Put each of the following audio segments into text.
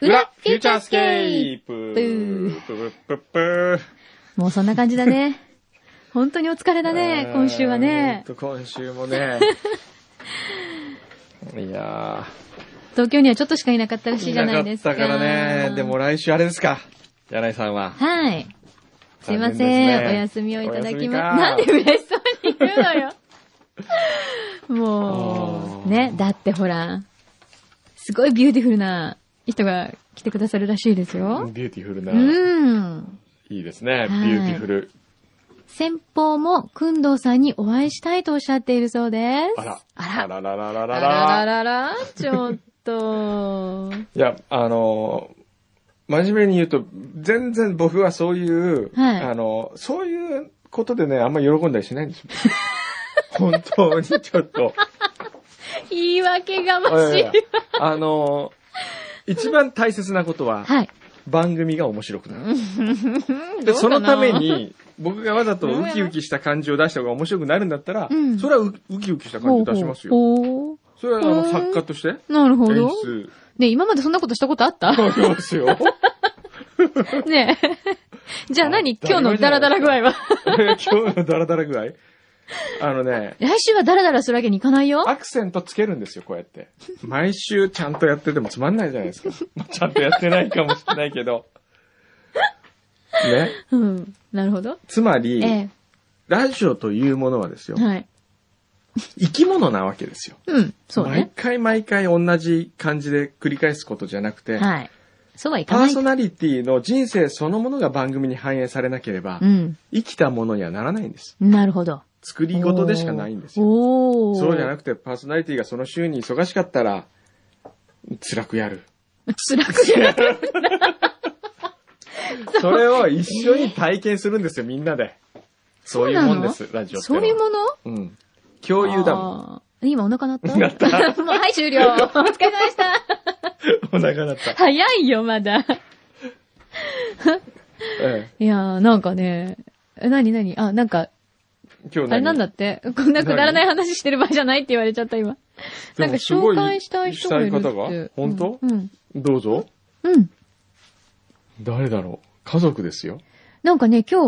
裏フューチャースケーププープープープーもうそんな感じだ ね。本当にお疲れだえねー、今週はね。ほんと今週も ね。いや東京にはちょっとしかいなかったらしー。いじゃななかいっですか。たからね。でも。来週あれですか柳井さんは。はい。すいま残念でせん、すお休みねをいただきお休みかます。なんで嬉しそうに言うの よ。もあーう、ね、だってほら、すごいビューティフルな人が来てくださるらしいですよ。ビューティフルうな。ん。いいですね。いビューティフル。先方も、くんどうさんにお会いしたいとおっしゃっているそうです。あら。あら。らららららあららら。らら、ちょっと。いや、あのー、真面目に言うと、全然僕はそういう、はいあのー、そういうことでね、あんま喜んだりしない んですよ。本当にちょっと。言い訳がまいやしいいや。あのー、一番大切なことは、はい。番組が面白くなる。で、そのた めに、僕がわざとウキウキした感じを出した方が面白くなるんだったら、うんそれはウウキウキしたほう感じを出しますよ。ほうほうそれはあうのん作家として、演なるほど。出。ね今までそんなことしたことあったそうですよ。ねえ。じゃあ何あ今日のダラダラ具合は 今日のダラダラ具合あのね、来週はダラダラするわけにいかないよ。アクセントつけるんですよ、こうやって。毎週ちゃんとやっててもつまんないじゃない ですか。まあちゃんとやってないかもしれないけど。ね。うん。なるほど。つまり、えラジオというものはですよえ。、はい。生き物なわけですよ。うん。そう毎ね。回毎回同じ感じで繰り返すことじゃなくて、はい。そうはいかパなーいソ。ナリティの人生そのものが番組に反映されなければ、うん。生きたものにはならないんです。なるほど。作り事でしかないんですよ。おー。そうじゃなくくて、パーソナリティがその週に忙しかったら、辛く やる。て。辛くじゃなくて。それを一緒に体験するんですよ、みんなで。そういうもんです、ラジオってそのは。ういうものうん。共有だもん。あー今お腹鳴った鳴っ たもうはい、終了。お疲れ様でした。 お腹だった。早いよ、まだ。えいやー、なんかね、え、なになにあ、なんか、え今日あれなんだって。こんなくだらない話してる場合じゃないって言われちゃった、今。でなんもかすご紹介したい人がいるって。したい方が本当うんうん。どうぞ。うん。誰だろう家族ですよ。なんかね、今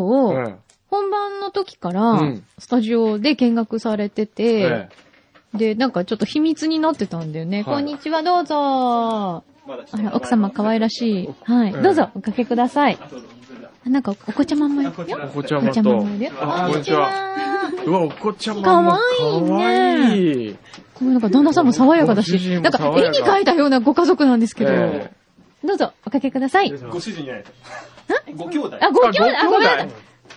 日、え本番の時かうらん、スタジオで見学されてえて、えで、なんかちょっと秘密になってたんだよね。はいこんにちは、どうぞ。あら、奥様可愛らしい。はい。うんどうぞ、おかけください。あなんか、お子ちゃまもいるよ。えお子ちおゃ子まちゃまともいるよ。。あこんにちこんは。にちは。うわ、お子ちゃまも。かわかわいいねいいこういうのが旦那さんも爽やかだしご主人、もなんか爽絵やかに描いたようなご家族なんですけど、えどうぞおかけください。えご主人じゃないです。ご兄弟。あ、ご兄弟、あ、ごめんなさい。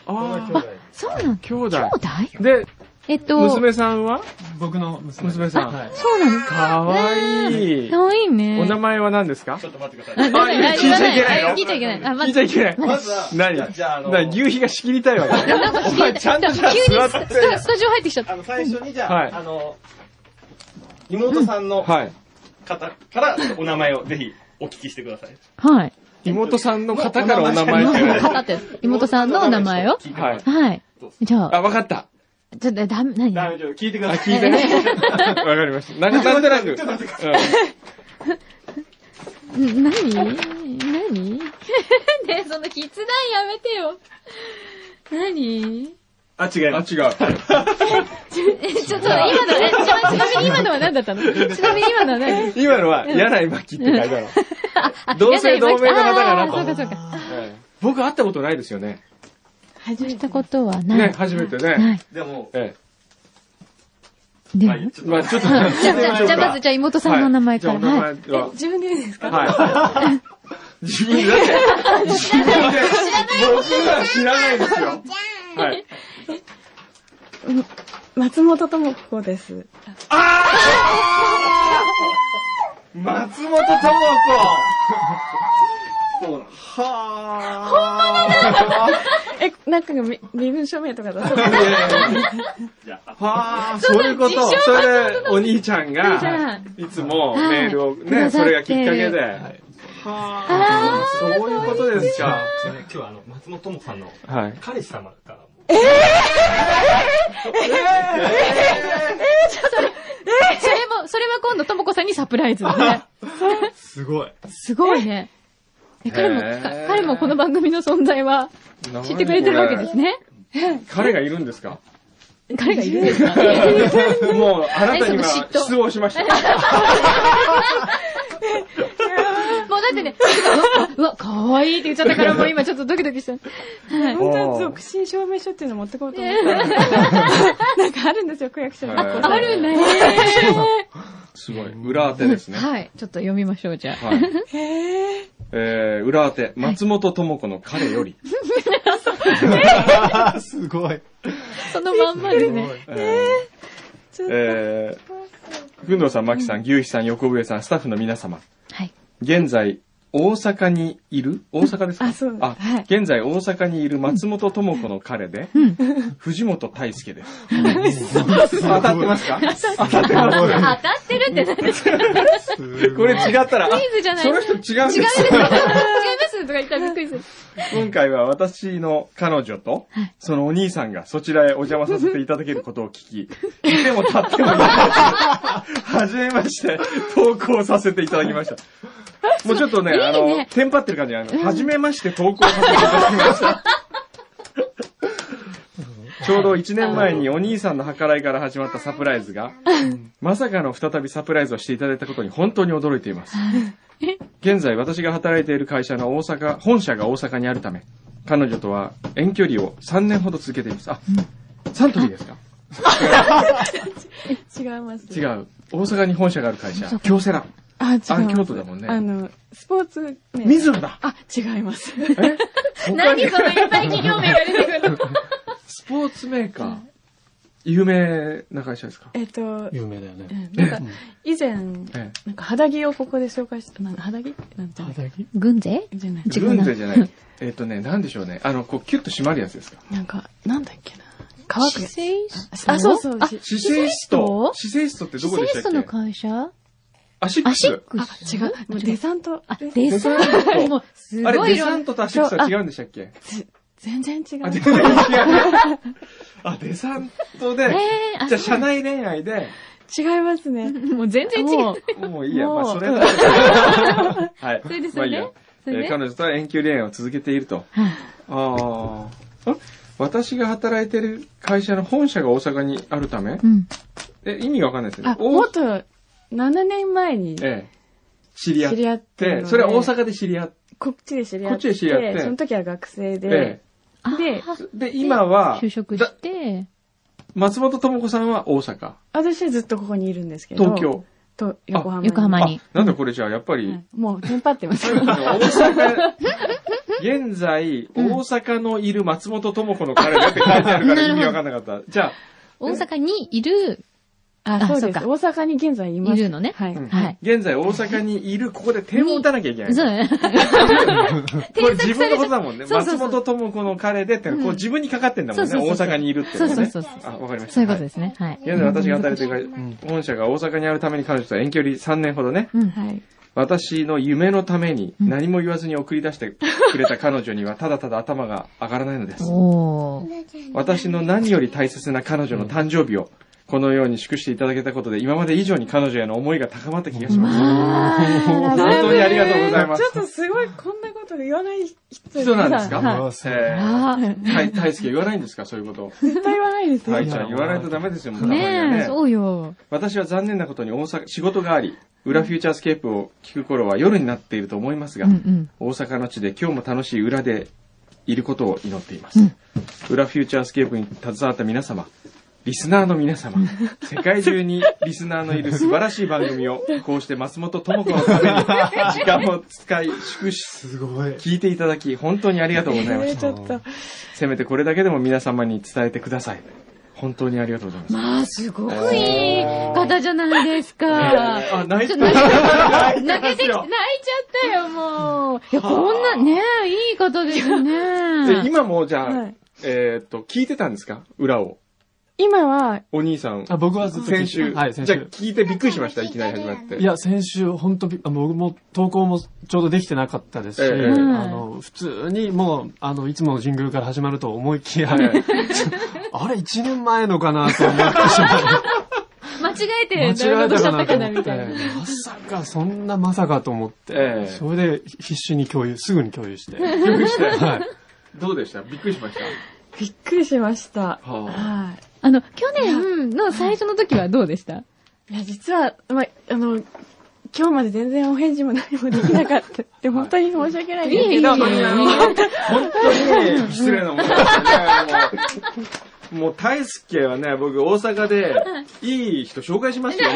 あごあ、そうなの兄弟兄。弟で、えっと、娘さんは僕の娘です。娘さん。はい。そうなのかわいいか。わいいね。お名前は何ですかちょっと待ってくだあさい。ごめんあいい聞いちゃいけないよあ聞いちゃいけない。あ、ま聞いちゃいけない。まずは、何じゃあ、あの、な、牛皮が仕切りたいわけ。お前ちゃんとじゃあ急にス座って。タスタジオ入ってきちゃっあた。の、最初にじゃあ、はいあの、妹さんの方はい。からお名前をぜひお聞きしてください。はい。妹さんの方からお名前って言われ片手。妹さんのお名前を。聞いてください。はい。じゃた。あ、あ、わかった。ちょっと、だめ、何ダメ、ちょっと聞いてください。聞いてね。 わかりました。なんかなんとなく。うんん何何 ねえその筆談やめてよ。何 あ、違いあ、ます。違う。ちょ、えちょっと、今の、え、ちなちなみに今のは何だったのちなみに今のは何今のは、柳井真紀って書いたの。 あ同姓同名の方かなとあーそうかそうか。ええ僕会ったことないですよね。外したことはない。ね、初めてなね。い。でも、えでもまあ、ちえまあちょょっと、っと。じゃあ、じゃあ、じゃあまず、じゃあ妹さんのお名前から。はいじゃあお名前はえ自分で言うんですかはい。自分でだって、自分で、僕は知らないですよ。はい。松本智子です。 あー松本智子そうなんです。はえ、なんかみ身分証明とか出そうぁ。じ ゃあ、はぁ、そういうこと。自それで、お兄ちゃんじゃが、あ、いつもはいメールをくだね、さっそてれがきっかけで。はい。はぁ、そういうことですじゃあか。、ちなみに今日はあの、松本智子さんのはい。彼氏様からも、それも、それは今度、ともこさんにサプライズだね。すごい。すごいね。え、彼も、へーか彼もこの番組の存在は知ってくれてるわけですね。彼がいるんですか 彼がいるんですかもう、あなたにえはその嫉妬失望しま した。もうだってね、うわ、かわいいって言っちゃったからもう今ちょっとドキドキした。はい。本当は独身証明書っていうの持ってこうと思ったんですけどなんかあるんですよ、区役所に。はいあるね。すごい。裏当てですね。はい。ちょっと読みましょう、じゃあ。はい。へえ。えー、裏当て、松本智子の彼より。すごい。そのまんまでね。えーちょっと、えー、群藤さん、牧さん、牛肥さん、横笛さん、スタッフの皆様。はい。現在、大阪にいる大阪ですかあそうですあ、はい現在大阪にいる松本智子の彼で、藤本大輔です。当たってますか当たってます。当たってるって何ですかクすこれ違ったら、あイズじゃないその人違うんです違います。違いますとか言ったらびっくりする。 今回は私の彼女と、そのお兄さんがそちらへお邪魔させていただけることを 聞き、いても立ってもいない。はじめまして、投稿させていただきました。もうちょっとね、あいいのね、テンパってる感じなの。はじめまして投稿させていただきました。ちょうど1年前にお兄さんの計らいから始まったサプライズが、まさかの再びサプライズをしていただいたことに本当に驚いています。現在私が働いている会社の大阪、本社が大阪にあるため、彼女とは遠距離を3年ほど続けています。あ、サントリーですか違います。違。う。大阪に本社がある会社、京セラ。あ、違あ、う。京都だもんね。あの、スポーツ名。水野だあ、違います。何そのいっぱい企業名が出てくるのスポーツメーカー。有名な会社ですか えっと、有名だよね。なんか、以前、えなんか肌着をここで紹介した、なんか肌着なんていうの軍勢じゃないえ。軍勢じゃない。 えっとね、なんでしょうね。あの、こう、キュッと締まるやつですか。なんか、なんだっけな。乾くやつ。あ、あ、そそうそうそうう。。あ、し姿勢スト。姿勢ストってどこシでしスたトっのけ会社アシッアクシスッ。クあ、ス違う。もうデサント。あ、デサント。もう、すあごれ、いデサントとアシックスは違うんでしたっけ全然違あ、う全。然違う。あ、デサントで、えー、じゃあ、社内恋愛で、違いますね。あ、もう全然違もう。う、もういいや、もうまあ、それだ けはい。それでそまあれいいでや。そえれーで彼女とは遠距離恋愛を続けていると。ああ。ん私が働いてる会社の本社が大阪にあるためうん。え、意味がわかんないですよねあ、。もっと、7年前に知ええ。知り合っり合ってるのて、で。それは大阪で知り合って、こっちで知り合って。こっちで知り合ってその時は学生えで。で、えで、今は、就職だして、松本智子さんは大阪、私はずっとここにいるんですけど。東京。と、横浜に。横浜あに、なんだこれじゃあ、やっぱはりい、もう、テンパって ます。大阪、現在、大阪のいる松本智子の彼だって書いてあるから意味わかんなか った。じゃあ、大阪にいる、あ、そうそうでかす。大阪に現在います。いるのねはい。うんはい現在大阪にいる、ここで点を打たなきゃいけない。そうね。 これ自分のことだもんね。そうそう松そう本智子の彼でって、こう自分にかかってんだもんね。そうそう大そうそう阪にいるってのね。そうそうそうそあ、わかりました。そういうことはでいすね。はい。現在私が働いてる会本社が大阪にあるために彼女とは遠距離3年ほどね、うん。はい。私の夢のために何も言わずに送り出してくれた彼女にはただただ頭が上がらないのです。おー。私の何より大切な彼女の誕生日を、このように祝していただけたことで、今まで以上に彼女への思いが高まった気がします。本本当にありがとうございますちょっとすごい、こんなこと言わない人人なんですかはいあすごいえー あたい、大輔言わないんですかそういうこと。絶対言わないですよ。大ちゃん言わないとダメですよ、もー。うたまにはねえ、ね。そうよ。私は残念なことに大阪、仕事があり、裏フューチャースケープを聞く頃は夜になっていると思いますうが、んうん。大阪の地で今日も楽しい裏でいることを祈っています。うん裏フューチャースケープに携わった皆様、リスナーの皆様、世界中にリスナーのいる素晴らしい番組を、こうして松本智子のために時間を使い、祝し、すごい。聞いていただき、本当にありがとうございまえしーた。ちょっと。せめてこれだけでも皆様に伝えてください。本当にありがとうございます。まあ、すごくいい方じゃないですか。 あ、泣いちょてっと泣いた。ちゃった。泣い泣てけてき、泣いちゃったよ、もう。いや、こんな、ねえ、いい方ですよでね。今もじゃあ、はいえーっと、聞いてたんですか裏を。今は、お兄さん。あ、僕はずっと聞いて先週。はい、先じゃあ週。聞いてびっくりしました。いきなり始まって。いや、先週、本当あ僕も投稿もちょうどできてなかったですし、ええあの、普通にもう、あの、いつものジングルから始まると思いきや、はい。 あれ、1年前のかな と思ってしまう。間違えて間違ダウンロードえたしちかゃったなとかな、思っみてたいな。、まさか、そんなまさかと思って、ええ それで必死に共有、すぐに共有して。びっくりして。はい。どうでしたびっくりしました。びっくりしました。はあ、はあの、去年の最初の時はどうでしたい。いや、実は、まあ、あの、今日まで全然お返事も何もできなか ったって、本当に申し訳ないんですいえけど、いえいえ本当に失礼なもんだ、ね、もう。もう、大輔はね、僕、大阪で、いい人紹介しますよ。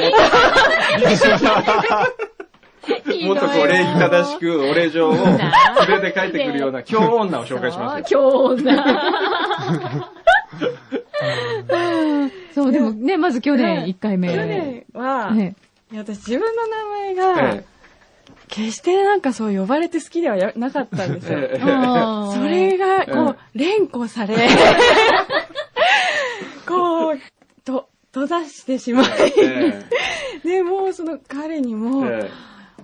もっとこう、礼儀正しく、お礼状を連れて帰ってくるような、京女を紹介しますよ。そう今日だ。そう、でもね、まず去年1回目。去年は、ねいや私自分の名前えがえ、決してなんかそう呼ばれて好きではやなかったんですよ。ええあーそれが、こう、連呼 され、こう、と、閉ざしてしまい、 えで、もうその彼にえも、え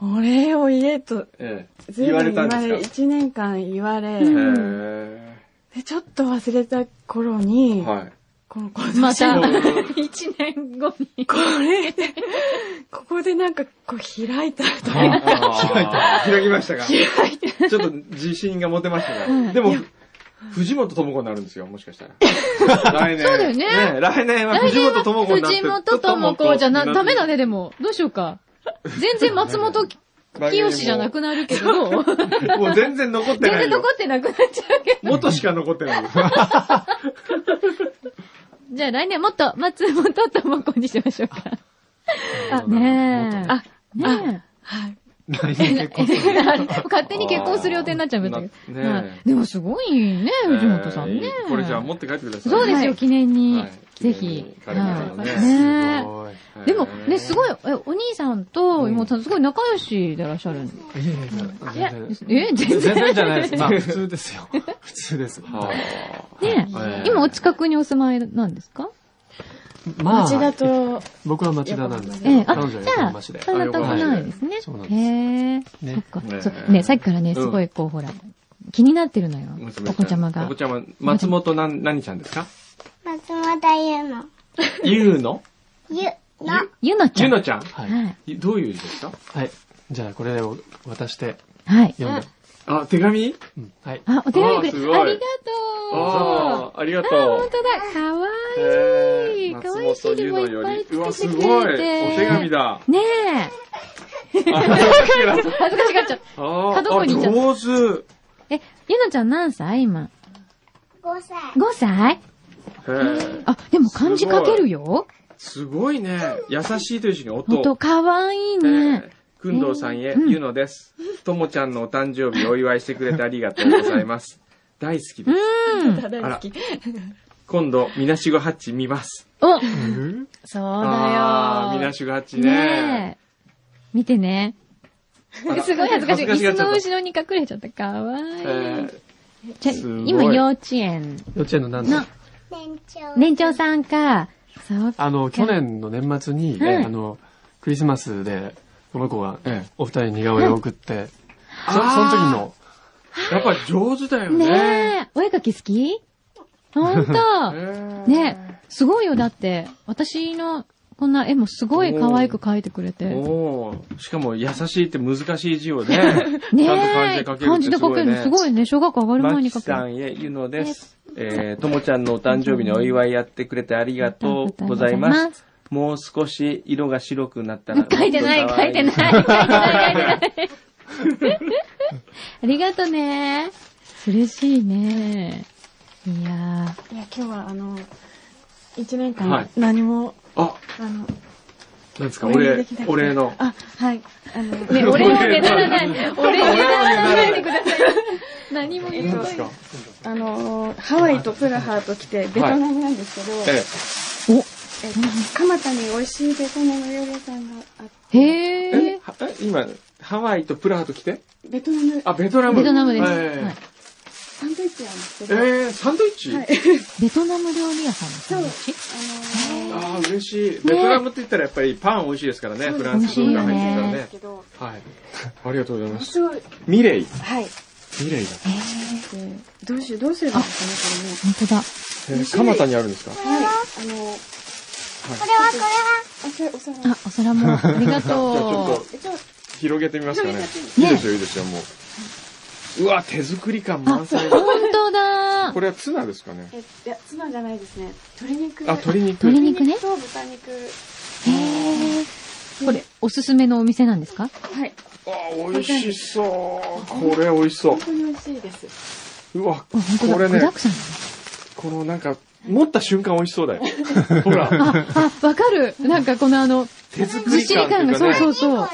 お礼を言えと、えええずい言わぶんれた言んわれ、ですか1年間言われ、えで、ちょっと忘れた頃えに、はい。この子また、そう 1年後に。これで、ここでなんかこう開いたとあー開いた。開きましたか開いて、ちょっと自信が持てましたね。でも、藤本智子になるんですよ、もしかしたら。来年。そうだよね来年は藤本智子になって藤本智子じゃな、ダメだね、でも。どうしようか。全然松本清じゃなくなるけど、全 もう全然残ってない然よ残。ってなくなっちゃうけ元しか残ってないよ。ど。 じゃあ来年もっと松本智子にしましょう か。あねえ。あ、あ、ねはい。来年結婚する。え。勝手に結婚する予定になっちゃいましたけど。なはねいでもすごいね、藤本さんねえ。ーこれじゃあ持って帰ってください。そうですよ、はい記念にはい。ぜ記念ひに。彼は女のいねねえすごい。はいでもね、すごい、えお兄さんと妹さん、すごい仲良しでいらっしゃるんでいやいやいや全す。え、全然。全然。然じゃないです。まあ、普通で すよ。普通です。はあねはいえ今お近くにお住まいなんですかま町田あ、と、僕は町田なんですけええ、ど、あ、彼女じは横ゃあ、浜市で。そんな高くないですね。そうなんですへえ、ねそっかね。えそうね、さっきからね、すごいこう、ほら、気になってるのよ娘。お子ちゃまおが子。ちゃま、松本なん、何ちゃんですか松本ゆの。ゆうのゆの。ゆのちゃゆん。のちゃんはい。はい。いどういう字ですかはい。じゃあ、これを渡してはい。読んで。あ、手紙うんはい。あ、お手紙くれあすごいありがとう。ああ、ありがとう。本当だ、かわいい。えーかわいいシールもいっぱいうわ、つすけてくごい。おれて。手紙だ。ねえ。 恥ずかしがっちゃった。あ角っこにいっちゃった上手。え、ゆのちゃん何歳今。 5歳。 5歳へーあ、でも漢字書けるよ。すごいね。優しいという字に音。ほんと、かわいいね。くんどうさんへ、うんゆのです。ともちゃんのお誕生日お祝いしてくれてありがとうございます。大好きです。うん。ただ好き。今度、みなしごハッチ見ます。お、うんそうああー、みだよな。しごハッチね。ねえ。見てね。あらすごい恥ずかしい。恥ず椅かし子がのっち後ろに隠れちゃった。かわいいゃった。えーじゃあすごい今幼稚園幼稚園の何の歳年長。年長さんか。そうか。あの、去年の年末に、うんあの、クリスマスで、この子がええ、お二人に似顔絵を送って、そその時の、やっぱ上手だよね。ねえ。お絵描き好きほん へと。ーねえ。すごいよ。だって、私のこんな絵もすごい可愛く描いてくれて。ねおーしかも、優しいって難しい字をえ。ね。ちゃんと漢字で書けるってのすごいねすごいね。小学校上がる前マにキ書けさる。んへ、ゆのです。えー、ともちゃんのお誕生日にお祝いやってくれてありがとうございありがとうございま。ますもう少し色が白くなったら。書いてない、書いてない、い。書いてない、書いてない。ありがとね。嬉しいね。いやいや、今日はあの、1年は間い何も、あ、あの、なんですか、お礼、お礼の。あ、はい。あの、 ー。ね、俺をねだらない。俺をねだらないでください。何も言わない。かあのーハワイとプラハと来て、ベトナムなんですけど、ええ。えっと、蒲田に美味しいベトナム料理屋さんがあっへええ。はえ今、ハワイとプラハと来てて、ベトナム、あ、ベトナム。ベトナムです。えはいサンドイッチなんですけえど、ええサンドイッチ、はいベトナム料理屋さんのサンドイッチあのーああ、嬉しい。ベトナムって言ったらやっぱりパン美味しいですからね。フランス文化入ってるからなんでねす。けど、はい。ありがとうございます。すごい、ミレイ。はい。ミレイだ。でどうしよう、どうすればいいのかな、これね。本当だ。えー、蒲田にあるんですかはい。あの、これはこれはあ、それお皿。あ、お皿もありが じゃあちょっととえっと、広げてみますかね。いいねですよ、いいですよ、もう。うわ、手作り感う。あ、満載だ。本当だこ。れはツナですかね。えいや、ツナじゃないですね。鶏肉。あ、鶏肉。鶏肉ねと豚肉。へえ。これ、おすすめのお店なんですかはい。あ、美味しそう。これ美味しそ本当に美味しいです。う。うわ、あ本当こだ。れ具ね沢、山だこのなんか、持った瞬間美味しそう だよ。ほら、ね。あ、あ、わかる。なんかこのあの、手作ずっりしり感って感いが、うそうかそね。うそう。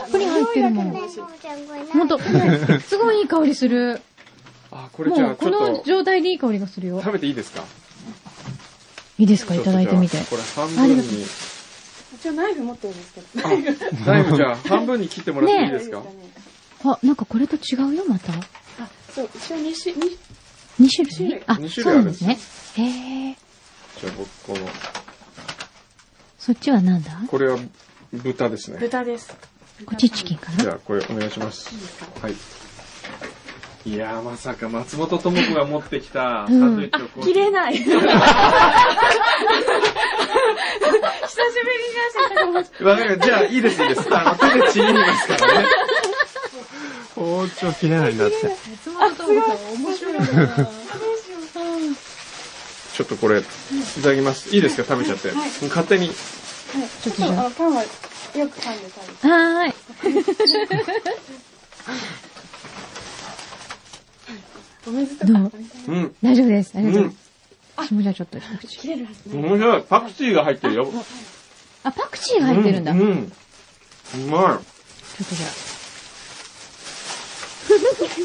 たっぷり入ってるもん。ほ本んと、すごいいい香りする。あ、これじゃもあうちこょのっと、状態でいい香りがするよ。食べていいですかいいですかいただいてみてちょ。っとじゃあこれ半分に。一応ナイフ持ってるんですけど。あ、ナイフじゃあ半分に切ってもらっていいですか、ねあ、なんかこれと違うよ、また。あ、そう、一応2種、二2種類あ、二種類そうなんですあるね。へえ。じゃあ僕この、そっちはなんだこれは豚ですね。豚です。こっちチキンかじなゃあこれお願いします。はい。いやーまさか松本智子が持ってきたサンドイッチをこう、切れ ない。久しぶりに出したから、わかる。じゃあいいですいいです。あの手でちぎりますからね。包丁切れないんだって。松本智子さん面白いな。ちょっとこれ、いただきます。いいですか食べちゃって。勝手に。ちょっとあのパンはよく噛んでたり。はーい。お水とどかううん。大丈夫です。ありうがとうございんます。。私もじゃあちょっと一口。切れるはずね。面白い。パクチーが入ってるよ。あ、パクチーが入ってるんだ。うん。ちょうんうまっとじゃあ。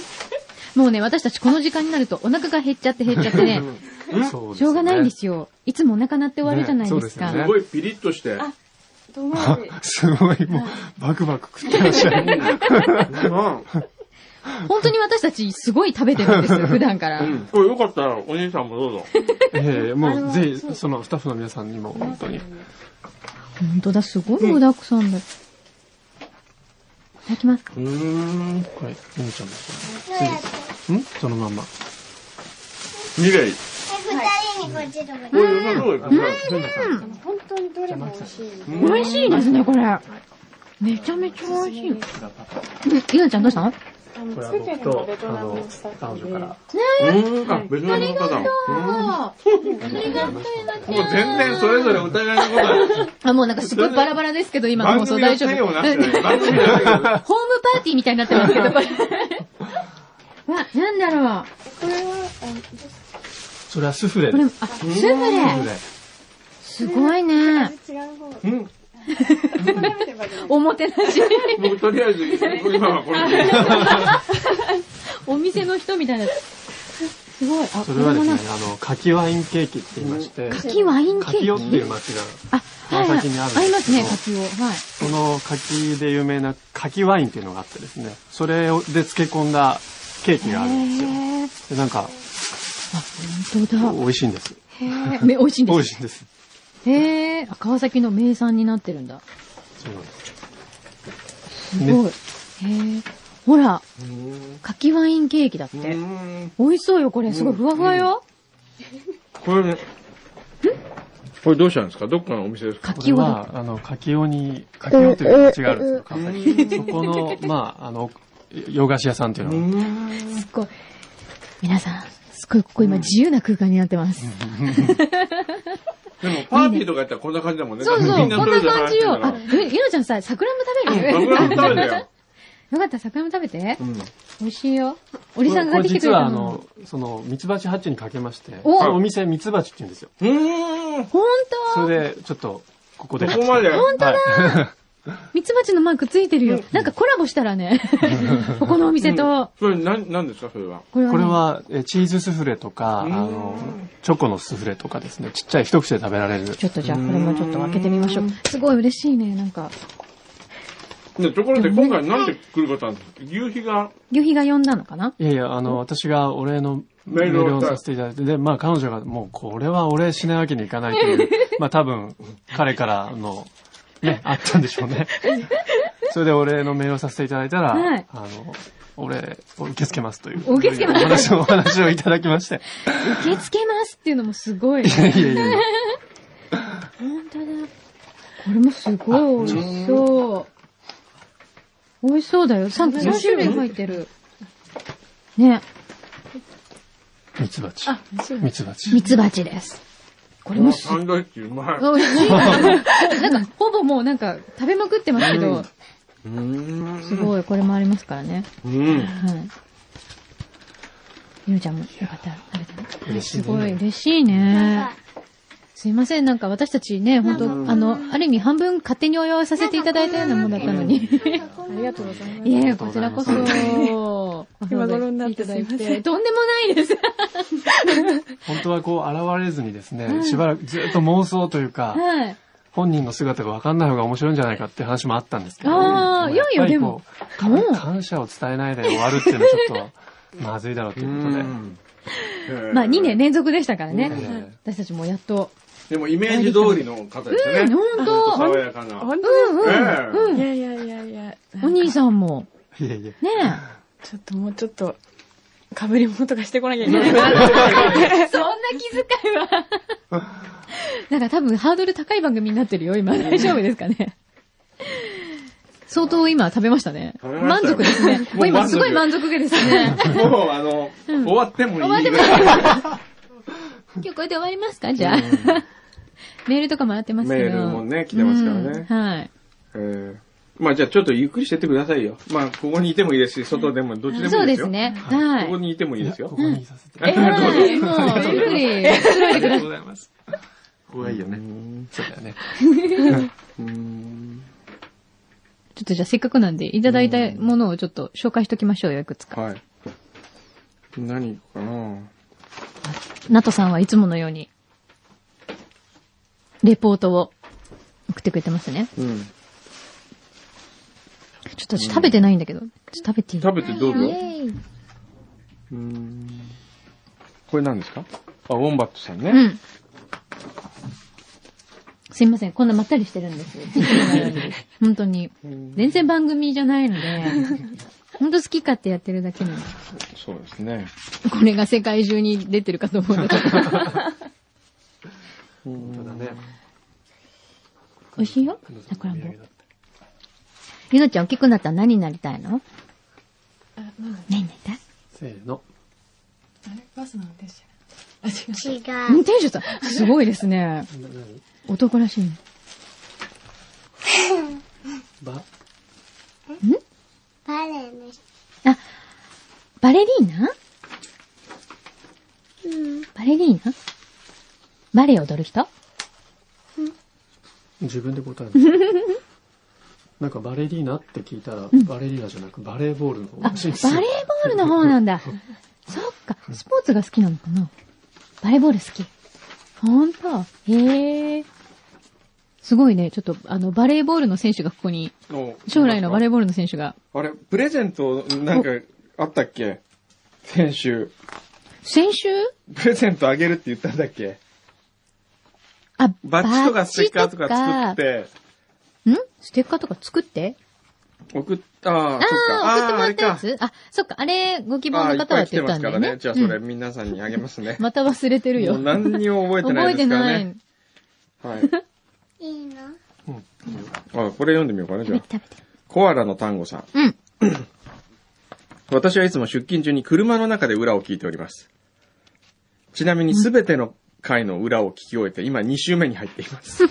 もうね、私たちこの時間になるとお腹が減っちゃって減っちゃって ね、い。うん。すそうですしょうがないんですよ。いつもお腹鳴って終わるじゃないですか。ねそうですよねごいピリッとして。あどうもで。すごい、もう、バクバク食ってらっしゃ うる。ん。本当に私たちすごい食べてるんです よ、普段から。うん。これよかったら、お兄さんもどうぞ。ええ、もう、ぜひ、その、スタッフの皆さんにも、本当に。本当だ、すごい具沢山だ。いただきます。うーん。これ、ゆみちゃんですどうやってんそのまんま。ミレイ。え、二人にこっちとここれうまそうですね。本当にどれも美味しい。美味しいですね、これ。めちゃめちゃ美味しい。うん、ゆなちゃんどうしたのあの、作ってるのがベトナムのスタッフで。うん。あ、別の方だ。うん。あ、もう全然それぞれお互いのこともうなんかすごいバラバラですけど、今の放送大丈夫。ホーム番組やってよなってない番組やってよパーティーみたいになってますけど、これ。 わ、なんだろう。これは、それはスフレこでれ、あす。、スフレ。すごいね。違う方。うん。食べればいいのおもて なし。僕とりあえ ず、今はこれで。お店の人みたいな。すごい。あ、こそれれはでもすなんねか、、あの、柿ワインケーキって言いまして、柿ワインケ柿ーをっていキう町が、あ、はい、はい。川崎にあるんですけどありますね、柿を。はい。その柿で有名な柿ワインっていうのがあってですね、それをで漬け込んだケーキがあるんですよ。へーでなんか、本当だ。美味しいんです。へーめ美味しいん美で味す。しいんです。へえ、あ川崎の名産になってるんだ。そうなんです。すごい。へえ、ほら、柿ワインケーキだって。うん。美味しそうよ、これ。すごい、ふわふわよ。これね。これどうしたんですかどっかのお店ですかこ柿をれだ。は、あの、柿尾に、柿尾という町があるんですよ、川崎。そこの、 まあ、あの、洋菓子屋さんというのがすごい。皆さん、すごい、ここ今自由な空間になってます。でも、パーティーとかやったらこんな感じだもんね。そうそう、こみんそれなぞれ話感してじるかよ。らあ、ゆゆのちゃんさ、桜も食べるうん桜も食べるよ。よかったら桜も食べてう。ん。美味しいよ。おりさんが買こっれてきてくれ実たは、あの。の、その、ミツバチハッチにかけまして、おそのお店ミツバチって言うんですよ。うーん。ほんそとれで、ちょっと、ここで。ここまで。当だミツバチのマークついてるよ。なんかコラボしたらね、ここのお店と。それ、なん、なんですか、それは。これこれねは、えチーズスフレとか、あの、チョコのスフレとかですね、ちっちゃい一口で食べられる。ちょっとじゃあ、これもちょっと開けてみましょう。すごい嬉しいね、なんか。でところで、今回なんで来る方なんですか夕日が、夕日が呼んだのかないやいや、あの、私がお礼のメメーールをルをさせていただいて、で、まあ彼女がもうこれはお礼しないわけにいかないと いう、まあ多分彼からの、ね、あったんでしょう ね。それでお礼のメールをさせていただいたら、はいあの、お礼を受け付けますという。受け付けますお話を、お話をいただきまして。 受け付けますっていうのもすごい。いやいやいやいや。本当だ。これもすごい美味しそう。美味しそうだよ。3, 3種類入ってる。ね。ミツバチ。そうミツバチ。ミツバチです。これもすサンドイッチうまい。ごい美味しい。なんか、ほぼもうなんか食べまくってますけど、うーんすごい、これもありますからね。うん。はい。ゆうちゃんもよかったら食べてね嬉しいすねごい嬉しいね。すいません、なんか私たちね、本当あの、ある意味半分勝手にお祝いさせていただいたようなもんだったのに。ありがとうございま す。いえ、こちらこそ。今頃になってすいませんとんでもないです。本当はこう現れずにですね、しばらくずっと妄想というか、はい。本人の姿が分かんない方が面白いんじゃないかっていう話もあったんですけど。あーやっぱりいやいやでもこうもう感謝を伝えないで終わるっていうのはちょっと、まずいだろうということで。まあ2年連続でしたからねうん。私たちもやっと。でもイメージ通りの方でしたうん、ね。ほんと。爽やかな。本うん当うんうん。ですかいやいやいやいや。お兄さんも。いやいや。ねちょっともうちょっと、被り物とかしてこなきゃいけない。え。 そんな気遣いは。なんか多分ハードル高い番組になってるよ、今。大丈夫ですかね。相当今食べましたね。食べま満した足よですね。もうもう満今足すごい満足げですね。もう、あの、終わってもいい。終わってもいいい。今日これで終わりますかじゃあ。メールとかもらってますけど。メールもね来てますからねうんはい。えーまあじゃあちょっとゆっくりしてってくださいよ。まあ、ここにいてもいいですし、外でも、どっちでもいいですよ。そうです。ね。はここい。にいてもいいですよ。ここにいさせて。えはい。もう、ゆっく りくつろいでください。ございます。ここがいいよね。そうだよね。ちょっとじゃあせっかくなんで、いただいたものをちょっと紹介しときましょうよ、いくつか。はい。何かなナトさんはいつものように、レポートを送ってくれてますね。うん。ちょっと私食べてないんだけど、ちょっと食べていい食べてどうぞ。イェーイうーんこれ何ですかあ、ウォンバットさんね。うん。すいません、こんなまったりしてるん です。本当に。全然番組じゃないので、本当好き勝手やってるだけなんで。そうですね。これが世界中に出てるかと思うんだけど。本当だね。美味しいよ、さくらんぼ。ゆなちゃん大きくなったら何になりたいの何になりたいせーの。あれバスの運転手違運う。転手さん、すごいですね。男らしいね。ば、バレエの人。あ、バレリーナバレリーナバレエ踊る人自分で答え ます。なんかバレリーナって聞いたら、バレリーナじゃなくバレーボールの方あ、バらしいレんですよーボールの方なんだ。そっか、スポーツが好きなのかなバレーボール好き。ほんとへえ。すごいね。ちょっと、あの、バレーボールの選手がここに、将来のバレーボールの選手が。あれ、プレゼントなんかあったっけ先週。先週プレゼントあげるって言ったんだっけあ、バッジとかステッカーとか作っバッジて、とか。んステッカーとか作って送った、あああ、そっあー、送っか。てもらああっれたやか。つあそっか、あれ、ご希望ああ、のいっ方ぱはっい来てて言っまたんすだかよらねね。。じゃあそれうん皆さんにあげますね。また忘れてるよ。もう何にも覚えてな覚えいてですからない。ね食。はい。いいのあ、これ読んでみようかね、じゃべあて。食べて。コアラの単語さん。うん。私はいつも出勤中に車の中で裏を聞いております。ちなみにすべての回の裏を聞き終えて、今2週目に入っています。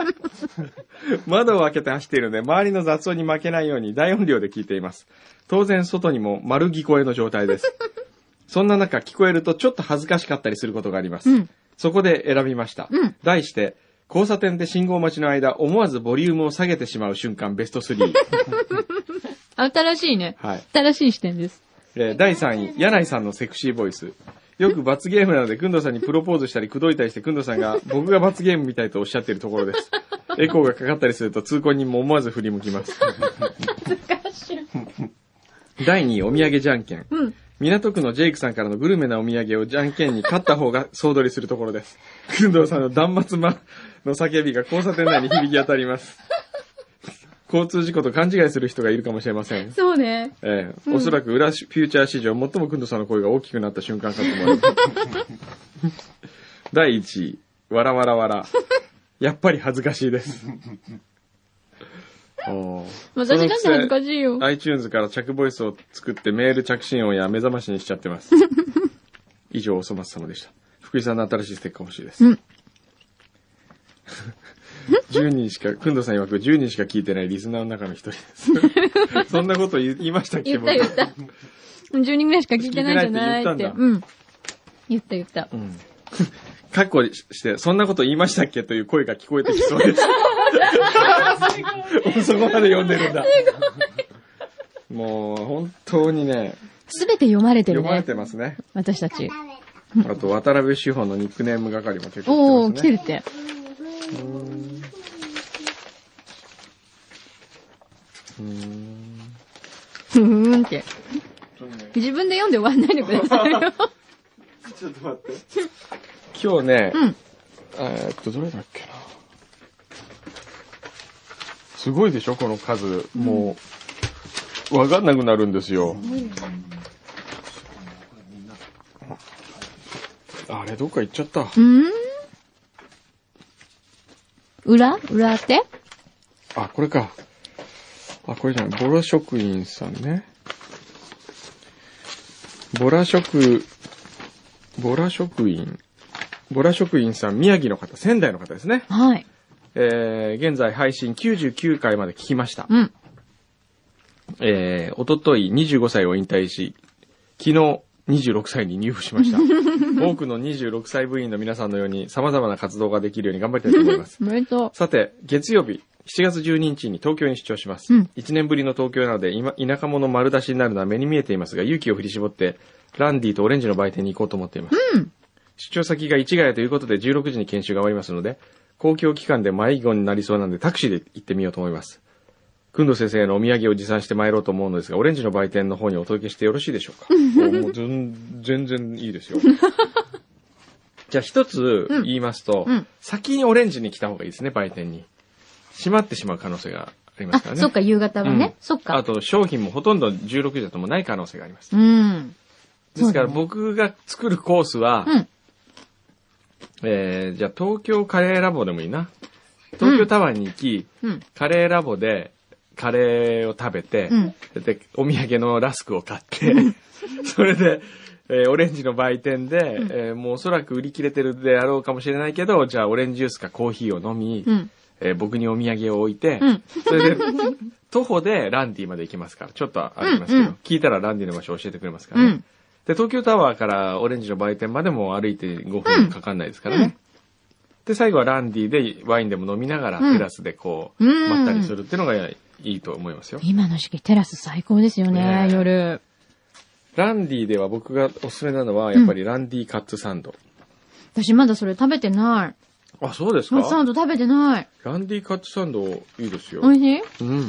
窓を開けて走っているので、周りの雑音に負けないように大音量で聞いています。当然、外にも丸聞こえの状態です。そんな中、聞こえるとちょっと恥ずかしかったりすることがあります。うん。そこで選びました。うん題して、交差点で信号待ちの間、思わずボリュームを下げてしまう瞬間ベスト3。 新しいね。はい。新しい視点です。えー第3位、柳井さんのセクシーボイス。よく罰ゲームなので、くんどさんにプロポーズしたり、くどいたりして、くんどさ んが、僕が罰ゲームみたいとおっしゃってるところです。エコーがかかったりすると、通行人も思わず振り向きます。第2位、お土産じゃんけん。うん港区のジェイクさんからのグルメなお土産をじゃんけんに勝った方が総取りするところです。くんどさんの断末魔の叫びが交差点内に響き当た ります。交通事故と勘違いする人がいるかもしれません。そうね。ええおそらく裏フューチャー史上最もくんどさんの声が大きくなった瞬間かと思 われます。第1位、わらわらわら。やっぱり恥ずかし いです。おー私が恥ずかしいよ。 iTunes から着ボイスを作ってメール着信音や目覚ましにしちゃってます。以上、おそ松様でした。福井さんの新しいステッカー欲しいです。 うん10人しか、くんどさん曰く10人しか聞いてないリスナーの中の一人です。 そんなこと言いましたっけ言った言った。10人ぐらいしか聞いてないんじゃない聞っいて。てないってうん。言った言った。うん。かっこして、そんなこと言いましたっけという声が聞こえてきそうです。 そこまで読んでるんだ。 もう、本当にね、すべて読まれてる読まれね。てますね。私たち。食べた。あと、渡辺志保のニックネーム係も結お構ー、来来ててるまって。すね。うんふーんって。自分で読んで終わんないでくださいよ。今日ね、うんえーっと、どれだっけな。すごいでしょこの数。もう、わかんなくなるんですよ。あれ、どっか行っちゃった。うーん裏裏ってあ、これか。あ、これじゃない。ボラ職員さんね。ボラ職、ボラ職員。ボラ職員さん、宮城の方、仙台の方ですね。はい。えー現在配信99回まで聞きました。うん。えー、おととい25歳を引退し、昨日26歳に入部し ました。多くの26歳部員の皆さんのように様々な活動ができるように頑張りたいと思います。おめでとさて、月曜日、7月12日に東京に出張します。うん1年ぶりの東京なので、今、田舎者丸出しになるのは目に見えていますが、勇気を振り絞って、ランディとオレンジの売店に行こうと思っています。出張先が市ヶ谷ということで、16時に研修が終わりますので、公共機関で迷子になりそうなんで、タクシーで行ってみようと思います。くんど先生へのお土産を持参して参ろうと思うのですが、オレンジの売店の方にお届けしてよろしいでしょうか。もう全全然いいですよ。 じゃあ一つ言いますと、うんうん先にオレンジに来た方がいいですね、売店に。閉まってしまう可能性がありう。まあすから、ね。そっか、夕方はねう。そっあか。と、商品もほとんど16時だともうない可能性があります。うん。ですからそうだね僕が作るコースは、うん。えー、じゃあ東京カレーラボでもいいな。東京タワーに行き、うん。カレーラボでカレーを食べて、うん。で、お土産のラスクを買って、 それで、えーオレンジの売店で、えーもうおそらく売り切れてるであろうかもしれないけど、じゃあオレンジジュースかコーヒーを飲み、うん。えー僕にお土産を置いて、うんそれで、徒歩でランディまで行きますから、ちょっと歩きますけど、うんうん聞いたらランディの場所を教えてくれますからうね。ん。で、東京タワーからオレンジの売店までも歩いて5分かかんないですからね。うんで、最後はランディでワインでも飲みながら、うんテラスでこう、うんまったりするっていうのがいいと思いますよ。今の時期テラス最高ですよねね、え夜。ランディでは僕がおすすめなのは、やっぱりランディカッツサンド。私まだそれ食べてない。あ、そうですカツサかンド食べてない。ランディカッツサンドいいですよ美。味しいうん。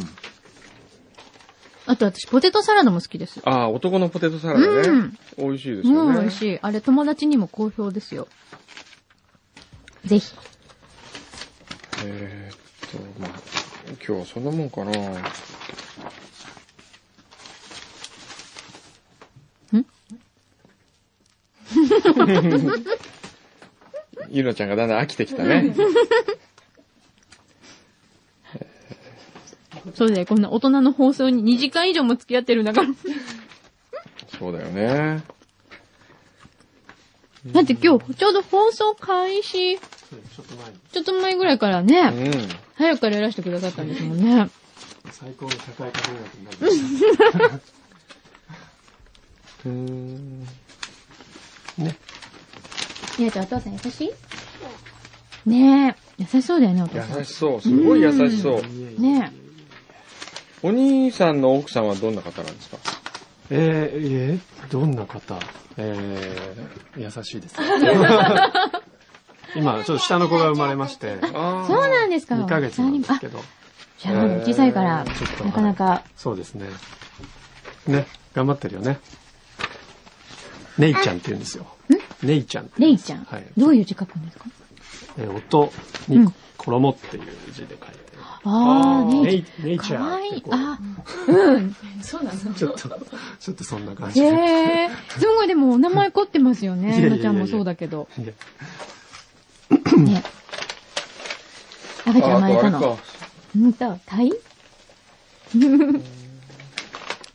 あと私ポテトサラダも好きです。あー、男のポテトサラダね。うん美味しいですよもね。う美味しい。あれ友達にも好評ですよ。ぜひ。えーっと、まあ、今日はそんなもんかな。 ゆのちゃんがだんだん飽きてきたね。そうだよ、こんな大人の放送に2時間以上も付き合ってるんだから。そうだよね。だって今日、ちょうど放送開始、ちょっと前にちょっと前ぐらいからうね、ん。早くからいらしてくださったんですもんね。最高の社会科学になりましうーん。た。ね。いやちゃん、お父さん優しいねえ。優しそうだよね、お父さん優しそう。すごい優しそう。ねお兄さんの奥さんはどんな方なんですかえー、えーどんな方えー、優しいです。今、ちょっと下の子が生まれまして、あえ。ーそうなんですか。 2ヶ月なんですけど、あ、いや、まだ小さいからえーちょっ、となかなか、そうですね。ね、頑張ってるよね。ネイちゃんって言うんですよ。ネイちゃん。レイちゃんはい。どういう字書くんですかえー音うにん衣っていう字で書いてる。ああ、レイちネイゃん。かわいっていこ。うあ、うん。そうなのちょっと、ちょっとそんな感じへで。え。すごい、でも、お名前凝ってますよ いやいね。やいやのちゃんもそうだけど。いやね。赤ちゃん生まれたあのとあれ。かうんと、タイ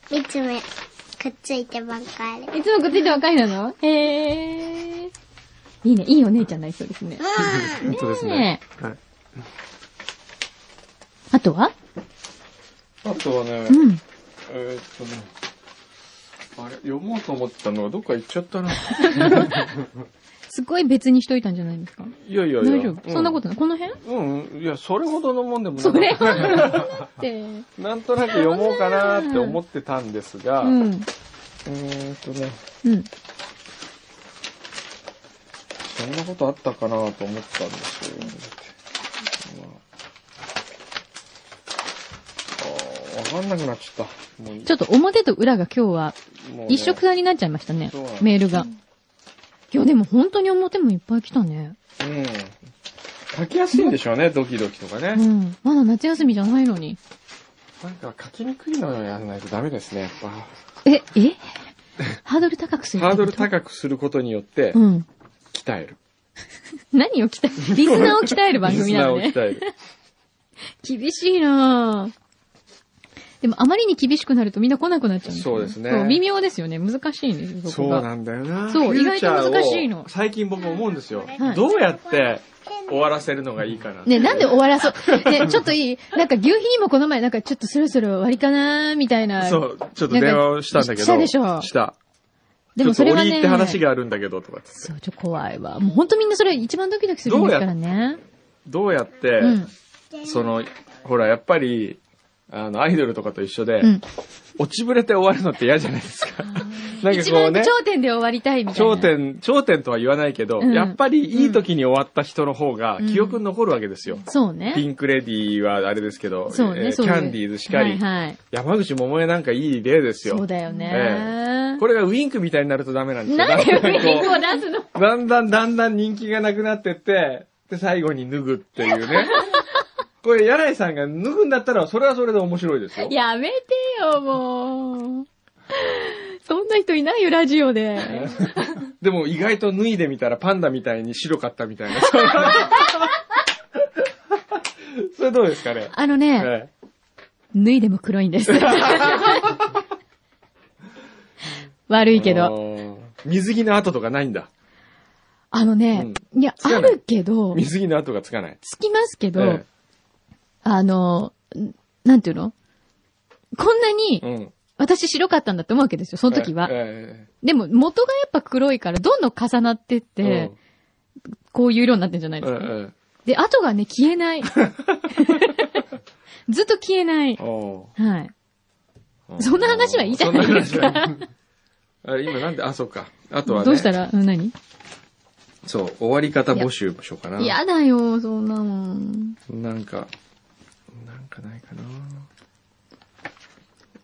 三つ目、くっついてばっかり。いつもくっついて若いなのへえ。いいね、いいお姉ちゃんになりそうですね。本当ですねね。はい。あとはあとはねう、ん。えーっとね、あれ、読もうと思ってたのがどっか行っちゃったな。すごい別にしといたんじゃないですかいやいやいや。 大丈夫そんなことない。この辺とうん、うんいや、それほどのもんでもそな れい。って。なんとなく読もうかなって思ってたんですが、う。うんーんとね、うん。そんなことあったかなと思ったんですけど、まあ、あーわかんなくなっちゃった。もうちょっと表と裏が今日はもうね一色さになっちゃいましたねそうなの。メールが。いや、でも本当に表もいっぱい来たね。うん。書きやすいんでしょうね、ドキドキとかうね。ん。まだ夏休みじゃないのに。なんか書きにくいのをやらないとダメですね、やっぱ。え、えハードル高くするハードルい。高くすることによってう、ん。鍛える。何を鍛 え、リスナーを鍛える番組なのリねス。ナーを鍛える。厳しいなぁ。でもあまりに厳しくなるとみんな来なくなっちゃうんよそうですねそう、微妙ですよね。難しいんですよ、そそこうが。なんだよな。そうフューチャーを意外と難しいの最近僕思うんですよはい。どうやって終わらせるのがいいかな。ね、なんで終わらそう。ね、ちょっといいなんか、牛皮にもこの前、なんか、ちょっとそろそろ終わりかなーみたいな。そう、ちょっと電話をしたんだけど。したでしょした。でもそれはちょっと折り入ね。って話があるんだけど、とかっつって。そう、ちょ、怖いわ。もう本当みんなそれ一番ドキドキするんですからね。どうやって、うん。その、ほら、やっぱり、あの、アイドルとかと一緒で、うん。落ちぶれて終わるのって嫌じゃ ないですか。なんか一こう番ね、頂点で終わりたいみたいな。頂。点、頂点とは言わないけど、うんやっぱりいい時に終わった人の方が記憶に残るわけですよ。そうピね。ンクレディーはあれですけど、そうえね、ーキそういうャンディーズしかり、はいはい。山口百恵なんかいい例ですよ。そうだよね、えこれがウィンクみたいになるとダメなんですよ。なんでウだんだんこうィンクを出すの だんだんだんだん人気がなくなってって、で、最後に脱ぐってい うね。これ、柳井さんが脱ぐんだったら、それはそれで面白いですよ。やめてよ、もう。そんな人いないよ、ラジオで。 でも、意外と脱いでみたら、パンダみたいに白かったみた いな。それどうですかね、あのね、え脱いでも黒いん です。悪えいけあど。のー水着の跡とかないんだ。あのね、いや、つあかないるけど、水着の跡がつかない。つきますけど、えあの、んなんていうのこんなにえ、うん。私白かったんだって思うわけですよ、その時は。ええでも、元がやっぱ黒いから、どんどん重なってっええて、こういう色になってんじゃないうでんすか。ええで、後がね、消え ない。ずっと消えないええ。おうはい。うんそんな話はいいじゃないですかそんな話はあれ今なんで、あ、そうか。あとはね。どうしたら、うん何そう、終わり方募集しようかな。嫌だよ、そんなもん。なんか、なんかないかな。も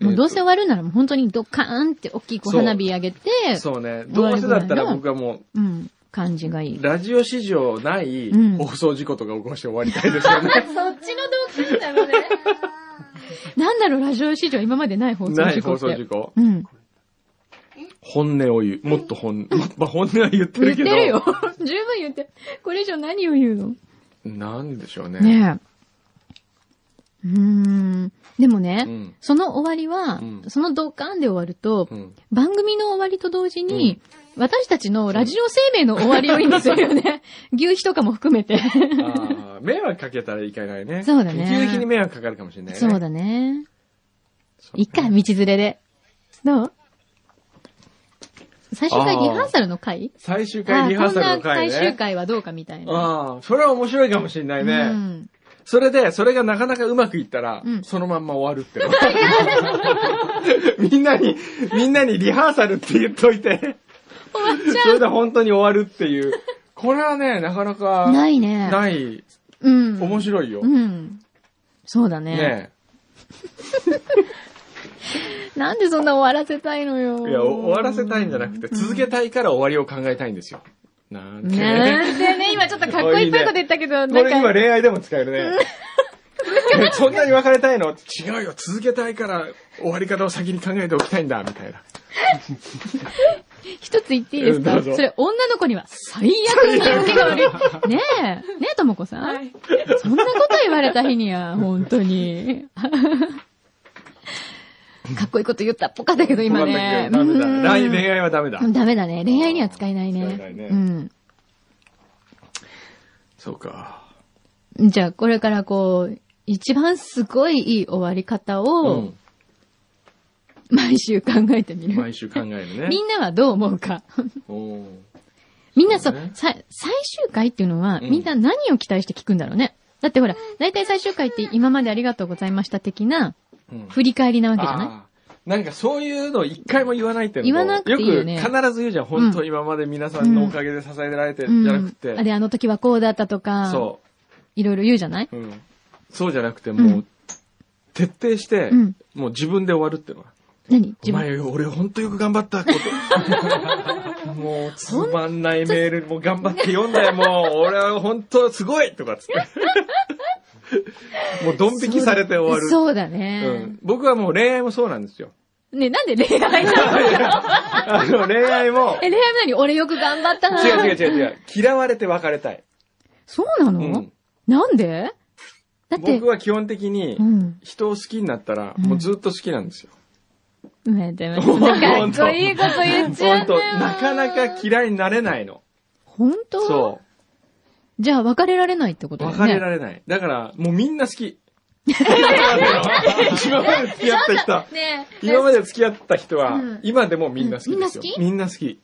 えうーどとうせ終わるなら、もう本当にドカーンって大きいこうそう花火上げて、そうね。終わどうりせぐらだいのったら僕はも、。うん、感じがいいうラジオ史上ないうん放送事故とか起こして終わりたいですよね。そっちのどうかんだ ろうね。なんだろう、ラジオ史上今までない 放送事故って。ない放送事故。うん。本音を言う。もっと本、 まあ本音は言って言っるてけど。るよ。十分言って。これ以上何を言うのなんでしょうね。ねえ。うーん。でもね、うんその終わりは、うんそのドカンで終わると、うん。番組の終わりと同時に、私たちのラジオ生命の終わりを意味するよ ね。牛皮とかも含めて。ああ、迷惑かけたらいけないね。そうだね急激に迷惑かかるかもしれないね。そうだね。そう。いっか、道連れで。どう最終回リハーサルの回最終回リハーサルのあこ回んなね。最終回はどうかみたいな。ああ、それは面白いかもしれなういね。ん。それで、それがなかなかうまくいったら、うんそのまんま終わるって のみんなに、みんなにリハーサルって言っといて、終わっちそゃれう。で本当に終わるっていう。これはね、なかなか、。ないいね。ない。うん。面白いよ。うん。そうだね。ねなんでそんな終わらせたいのよ。え。いや、お終わらせたいんじゃなくて、続けたいから終わりを考えたいんですよ。なんてね。なんでね、今ちょっとかっこいいっぽいこと言ったけど、 これなん今か、恋愛でも使えるね。 そんなに別れたいの違うよ、続けたいから終わり方を先に考えておきたいんだ、みたいな。一つ言っていいですうんどかうぞそれ、女の子には最悪に言ってが悪い。ねえ、ねえ、ともこさん、はいそんなこと言われた日には、本当 に。かっこいいこと言ったっぽかったけど、今ね。ダメだ。うん恋恋愛はダメだ。ダメだね。恋愛には使えないね。使えないねうん。そうか。じゃあ、これからこう、一番すごいいい終わり方を、毎週考えてみる。毎週考えるねみ。んなはどう思うか。おーみんなそう、そうねさ最終回っていうのは、うんみんな何を期待して聞くんだろうね。だってほら、大体最終回って今までありがとうございました的なうん振り返りなわけじゃないあーなんかそういうの一回も言わないっていうのと言わなくていいよねよく必ず言うじゃん。本当今まで皆さんのおかげで支えられて、うん。じゃなくて。あで、あの時はこうだったとか、そ。いろいろ言うじゃないううん。そうじゃなくて、もうう、徹底してうん、もう自分で終わるってのは。何お自分。前、俺ほんとよく頑張 ったこと。もう、つまんないメールも頑張って読んだよ、もう。俺はほんとすごいとかつって。もう、ドン引きされて終わる。そうだうねん。、僕はもう恋愛もそうなんですよ。ね、なんで恋愛な のあの、恋愛も、え、恋愛なのに俺よく頑張ったな。違う違う違う違う。嫌われて別れたい。そうなの、うんなんでだって僕、は基本的にう、ん。人を好きになったら、うんもうずっと好きなんですよ。めてめて。 かっこいいこと言っちゃうんんほだと、よ。なかなか嫌いになれないの。本当そう。じゃあ別れられないってことだよね。別れられない。だから、もうみんな好 き。今まで付き合った人は、ねえ。今まで付き合った人はうん、今でもみんな好きですよ。うんみんな好き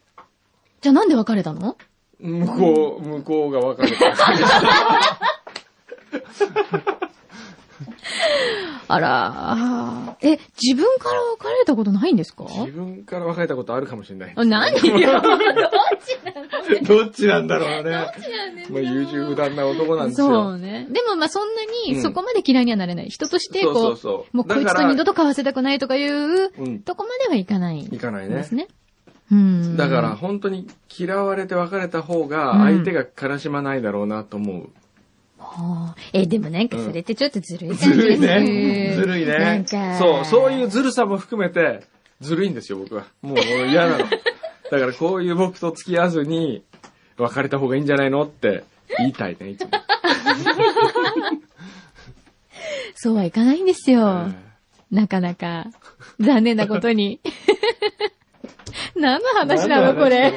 じゃあなんで別れたの向こう、向こうが別れた。あらー。え、自分から別れたことないんですか自分から別れたことあるかもしれない。あ何よどっちなのどっちなんだろうね。なんですかもう優柔不断な男なんですそよ。うね。でもまあそんなうにんそこまで嫌いにはなれない。人としてこう、そうそうそうもうこいつだかとら二度と交わせたくないとかいう、うん。とこまではいかないいでかないねす。ね。うん。だから、本当に嫌われて別れた方うんが相手が悲しまないだろうなと思う。はあ。え、でもなんかそれってちょっとずるい感じずでするいね。ずるいなんねか。。そう、そういうずるさも含めて、ずるいんですよ、僕は。もう俺 嫌なの。だからこういう僕と付き合わずに、別れた方がいいんじゃないのって言いたいね、いつも。そうはいかないんですよ。なかなか、残念なことに。何の話なの、これ。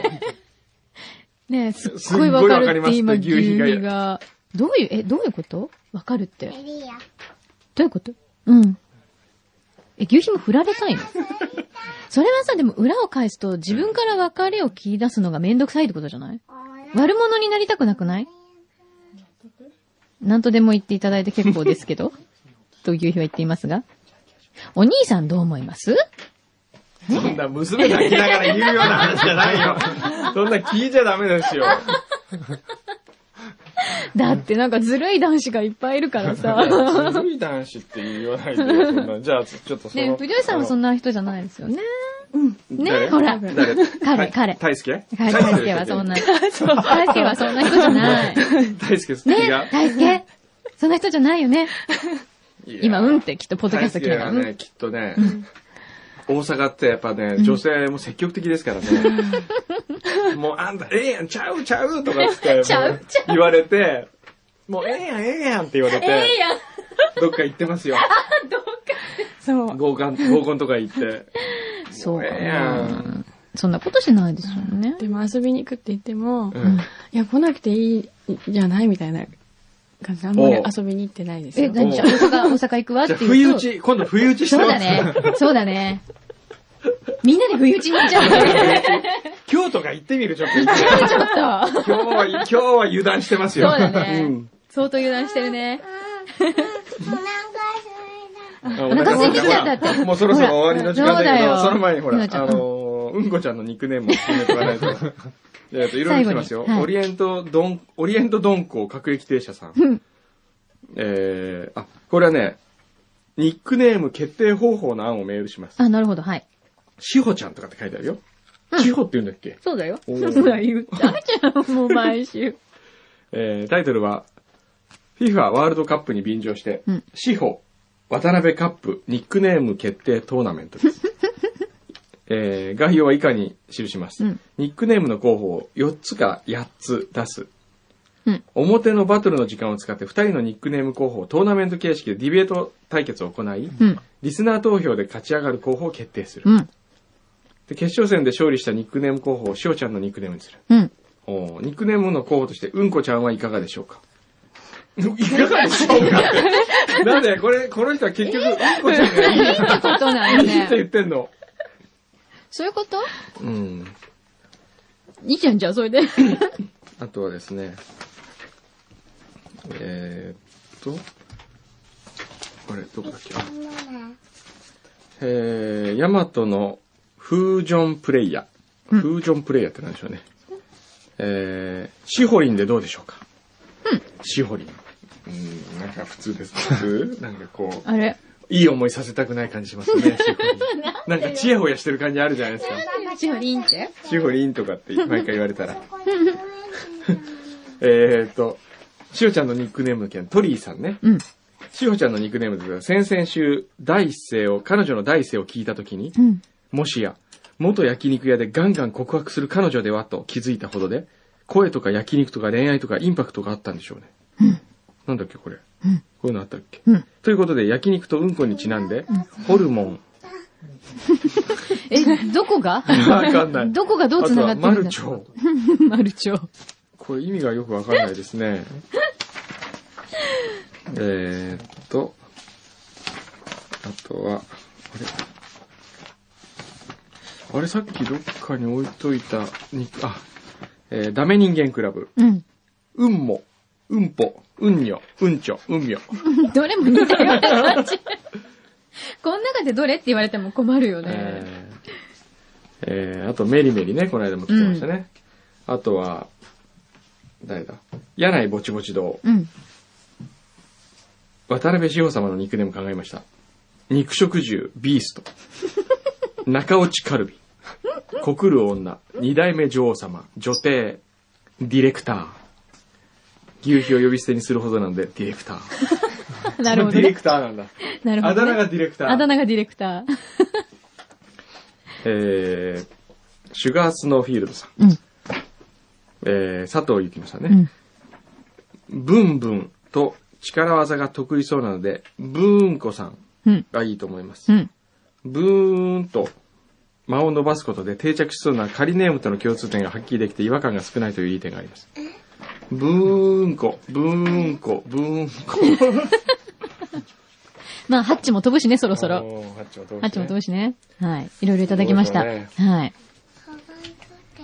ねえ、すっごいわかるって今、すっごいわかりますって牛牛皮皮が。どういう、え、どういうことわかるって。エどリア。ういうことうん。え、牛皮も振られたいのそれはさ、でも裏を返すと自分から別れを切り出すのがめんどくさいってことじゃない悪者になりたくなくない何とでも言っていただいて結構ですけ ど、と牛皮は言っていますが。お兄さんどう思いますそんな娘泣きながら言うような話じゃな いよ。そんな聞いちゃダメですよ。だってなんかずるい男子がいっぱいいるからさ。ずるい男子って言わないでよ、そんな。じゃあ、ちょっとその。ね、藤吉さんはそんな人じゃないですよね。ね誰ほら誰彼、彼。大輔大輔はそんな、。大輔はそんな人じゃない。大輔好きがね、。大輔。そんな人じゃないよね。いや今、うんってきっとポッドキャスト聞い大輔たら。はうんね、きっとね、大阪ってやっぱね、女性も積極的ですからね。もうあんた、ええやん、ちゃうちゃうとかつって、も うちゃうちゃう言われて、もうええやん、ええやんって言われて、ええやん。どっか行ってますよ。そう。合コン、合コンとか行って。そうかええや。なんそんなことしないですよね。でも遊びに行くって言っても、うん。いや、来なくていいじゃないみたいな感じで、あんまり遊びに行ってないですえ、よ。何じゃあ、大阪、大阪行くわっじてゃあ、言うと。冬打ち、今度冬打ちして そうまだす。ね。そうだね。みんなで冬打ちに行っちゃう。今日とか行ってみる、ちょっと。ちょっと、今日は、今日は油断してますよ。そうだねん相当油断してるね。お腹お腹すい空いてきちゃったって もうそろそろ終わりの時間だけほど、らその前にほら、そうだよあのー、うんこちゃんのニックネームを決めてお かないと。えっと、いろいろ来てますよ。最後にはいオリエントドン、オリエントドンコ各駅停車さん。えー、あ、これはね、ニックネーム決定方法の案をメールします。あ、なるほど、はい。しほちゃんとかって書いてあるよ。しほって言うんだっけそうだよ。おそうーだよ、言ったじゃん、もう毎週。えー、タイトルは、FIFA ワールドカップに便乗してうん、志保、渡辺カップ、ニックネーム決定トーナメン トです。えー、概要は以下に記します。うんニックネームの候補を4つか8つ出す。うん表のバトルの時間を使って2人のニックネーム候補をトーナメント形式でディベート対決を行い、うん、リスナー投票で勝ち上がる候補を決定する。うん、で決勝戦で勝利したニックネーム候補をしおちゃんのニックネームにする。うん。おーニックネームの候補として、うんこちゃんはいかがでしょうかいかがでしょうかって。 なんで、これ、この人は結局、うんこちゃんがいい変なことないって言ね。ってんの。そういうことうん。いいじゃん、じゃあ、それで。あとはですね、えー、っと、これ、どこだっけあえー、ヤマトのフージョンプレイヤー。フージョンプレイヤーって何でしょうね。えー、シホリンでどうでしょうかシホリン。うん、なんか普通です。 普通なんかこう、あれいい思いさせたくない感じしますね、シホリン。 なんかチヤホヤしてる感じあるじゃないですか。シホリンってシホリンとかって毎回言われたら。えーっと、しおちゃんのニックネームの件、トリーさんね。うん、しほちゃんのニックネームですが、先々週、第一声を、彼女の第一声を聞いたときに、うん。もしや、元焼肉屋でガンガン告白する彼女ではと気づいたほどで、声とか焼肉とか恋愛とかインパクトがあったんでしょうね。なんだっけ、これ。んこういうのあったっけ。うんということで、焼肉とうんこにちなんで、ホルモン。え、どこがわかんな い。どこがどう繋がってるんだあとはマルチョウ。マルチョ。これ意味がよくわかんないですね。えーっと、あとは、あれあれさっきどっかに置いといたに、あ、えーダメ人間クラブ。うん。うんも、うんぽ、うんにょ、うんちょ、うんみょ。どれも似たような感じ。この中でどれって言われても困るよね。えーえーあとメリメリね、この間も来てましたね。あとは、誰だ柳井ぼちぼち堂。うん。渡辺志保様のニックネーム考えました。肉食獣、ビースト。中落ちカルビ。告る女、二代目女王様、女帝、ディレクター。牛皮を呼び捨てにするほどなんで、ディレクター。なるほどディレね。クターなんだ。なるほあどだね。名がディレクター。あだ名がディレクター。 えー、シュガースノーフィールドさん。うんえー、佐藤幸美さんね。うん。ブンブンと力技が得意そうなので、ブーンコさんうん。がいいと思いますう。ん。ブーンと間を伸ばすことで定着しそうな仮ネームとの共通点がはっきりできて違和感が少ないといういい点があります。ブーンコ、ブーンコ、ブーンコ。まあ、ハッチも飛ぶしね、 そろそろ。おー。ハッチも飛ぶしねハッチも飛ぶしね。はい。いろいろいただきました。そうではい。で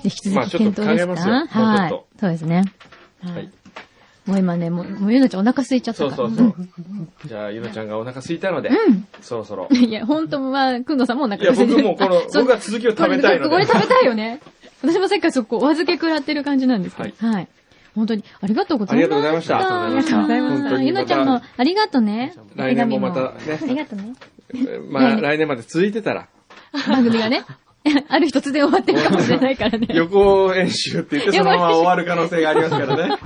引き続まあきちょっ検と討です考えますかよもうちょはっとい。そうですね。ははいい。もう今ね、もう、もうゆなちゃんお腹空いちゃったそうから。そうそう。じゃあ、ゆのちゃんがお腹空いたので、そろそろ。 いや、本当は、くんどさんもおい腹や、空いて僕もうこの、 そう僕は続きを食べたいのこれでこ。れ食べたいよね。私もさっきからそこ、お預け食らってる感じなんですけど。はい。本当に、ありがとうございました。ありがとうございましたありがとうございまし本当た。にゆなちゃんまもた、ありがとうね。来年もまおた手紙もありね、がとうね。まあ来年まで続いてたら、 番組がね、ある日突然終わってるかもしれないからね。予行演習って言ってそのまま終わる可能性がありますからね。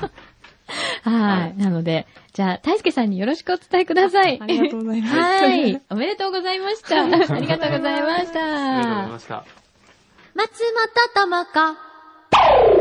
はい。なので、じゃあ、大輔さんによろしくお伝えください。ありがとうございます。はい。おめでとうございま した。ありがとうございましありがとうございたま。した。松本智子。